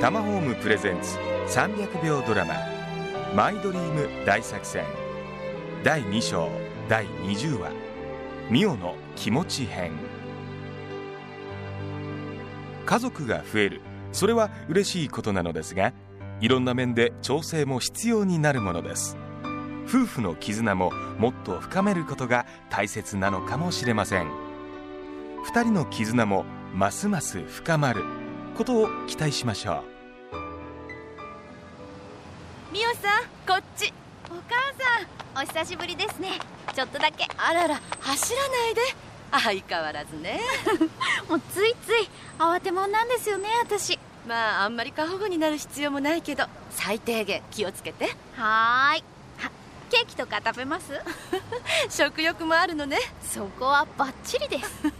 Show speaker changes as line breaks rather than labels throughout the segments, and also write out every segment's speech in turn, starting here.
タマホームプレゼンツ300秒ドラマ「マイドリーム大作戦」第2章第20話「ミオの気持ち編」家族が増えるそれは嬉しいことなのですがいろんな面で調整も必要になるものです夫婦の絆ももっと深めることが大切なのかもしれません2人の絆もますます深まることを期待しましょ
みおさんこっちお母さんお久しぶりですねちょっとだけあらら走らないで相変わらずね
もうついつい慌てもんなんですよね私
まああんまり過保護になる必要もないけど最低限気をつけて
はーいあケーキとか食べます
食欲もあるのね
そこはバッチリです
う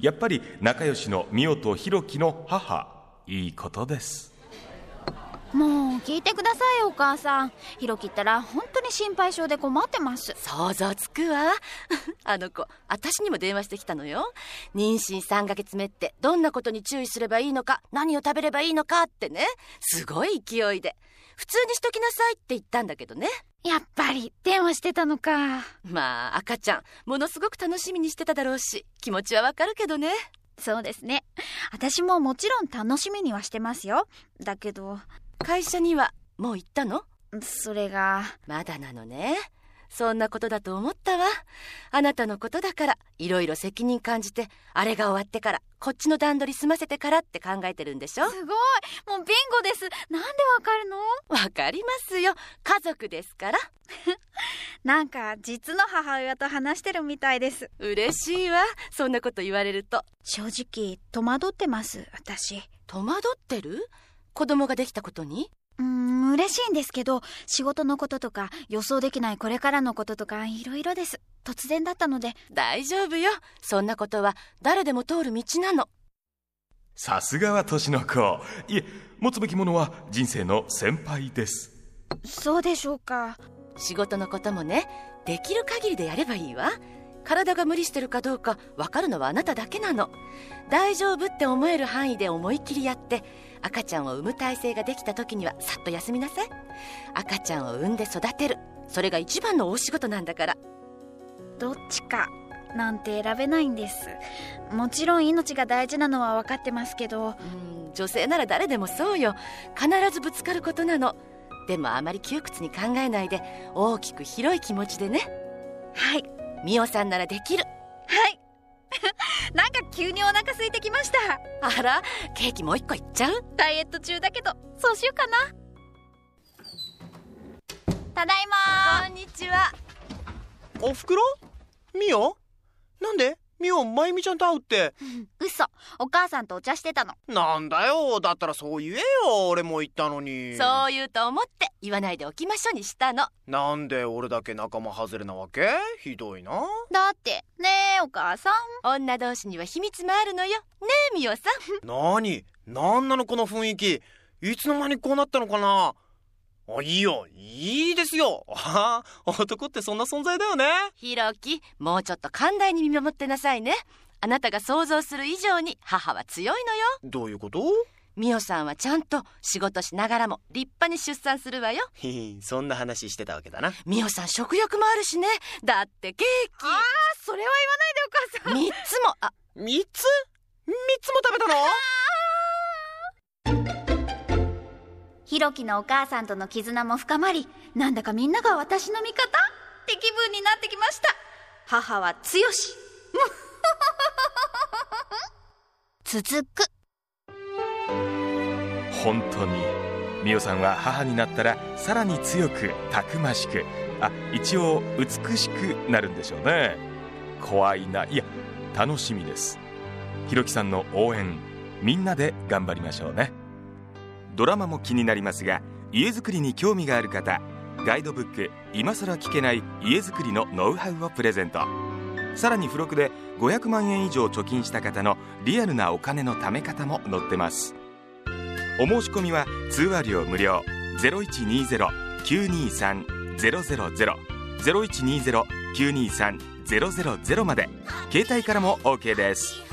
やっぱり仲良しの美桜と弘樹の母いいことです
もう聞いてくださいお母さんひろきったら本当に心配性で困ってます
想像つくわ あの子私にも電話してきたのよ妊娠3ヶ月目ってどんなことに注意すればいいのか何を食べればいいのかってねすごい勢いで普通にしときなさいって言ったんだけどね
やっぱり電話してたのか
まあ赤ちゃんものすごく楽しみにしてただろうし気持ちはわかるけどね
そうですね私ももちろん楽しみにはしてますよだけど
会社にはもう行ったの
それが
まだなのねそんなことだと思ったわあなたのことだからいろいろ責任感じてあれが終わってからこっちの段取り済ませてからって考えてるんでしょ
すごいもうビンゴですなんでわかるの
わかりますよ家族ですから
なんか実の母親と話してるみたいです
嬉しいわそんなこと言われると
正直戸惑ってます私
戸惑ってる子供ができたことに
うーん嬉しいんですけど仕事のこととか予想できないこれからのこととかいろいろです突然だったので
大丈夫よそんなことは誰でも通る道なの
さすがは年の子いえ持つべきものは人生の先輩です
そうでしょうか
仕事のこともねできる限りでやればいいわ体が無理してるかどうか分かるのはあなただけなの大丈夫って思える範囲で思いっきりやって赤ちゃんを産む体制ができた時にはさっと休みなさい赤ちゃんを産んで育てるそれが一番の大仕事なんだから
どっちかなんて選べないんですもちろん命が大事なのは分かってますけ
う
ど
ん女性なら誰でもそうよ必ずぶつかることなのでもあまり窮屈に考えないで大きく広い気持ちでね
はい
美桜さんならできる
はいなんか急にお腹空いてきました
あらケーキもう一個いっちゃう
ダイエット中だけどそうしようかなただいま
こんにちは
おふくろみおなんでみおまゆみちゃんと会うって
嘘お母さんとお茶してたの
なんだよだったらそう言えよ俺も言ったのに
そう言うと思って言わないでおきましょうにしたの
なんで俺だけ仲間外れなわけひどいな
だってねえお母さん
女同士には秘密もあるのよねえみおさん
なになんなのこの雰囲気いつの間にこうなったのかなあいいよいいですよあ男ってそんな存在だよね
ひろきもうちょっと寛大に見守ってなさいねあなたが想像する以上に母は強いのよ
どういうこと
みおさんはちゃんと仕事しながらも立派に出産するわよ
ひひ そんな話してたわけだな
みおさん食欲もあるしねだってケー
それは言わないでお母
キ3つもあ
三つ三つも食べたの
ひろきのお母さんとの絆も深まりなんだかみんなが私の味方って気分になってきました母は強し続く
本当に美桜さんは母になったらさらに強くたくましくあ一応美しくなるんでしょうね怖いないや楽しみですひろきさんの応援みんなで頑張りましょうねドラマも気になりますが家づくりに興味がある方ガイドブック「今さら聞けない家づくりのノウハウ」をプレゼントさらに付録で500万円以上貯金した方のリアルなお金の貯め方も載ってますお申し込みは通話料無料0120-923-000 0120-923-000まで携帯からも OK です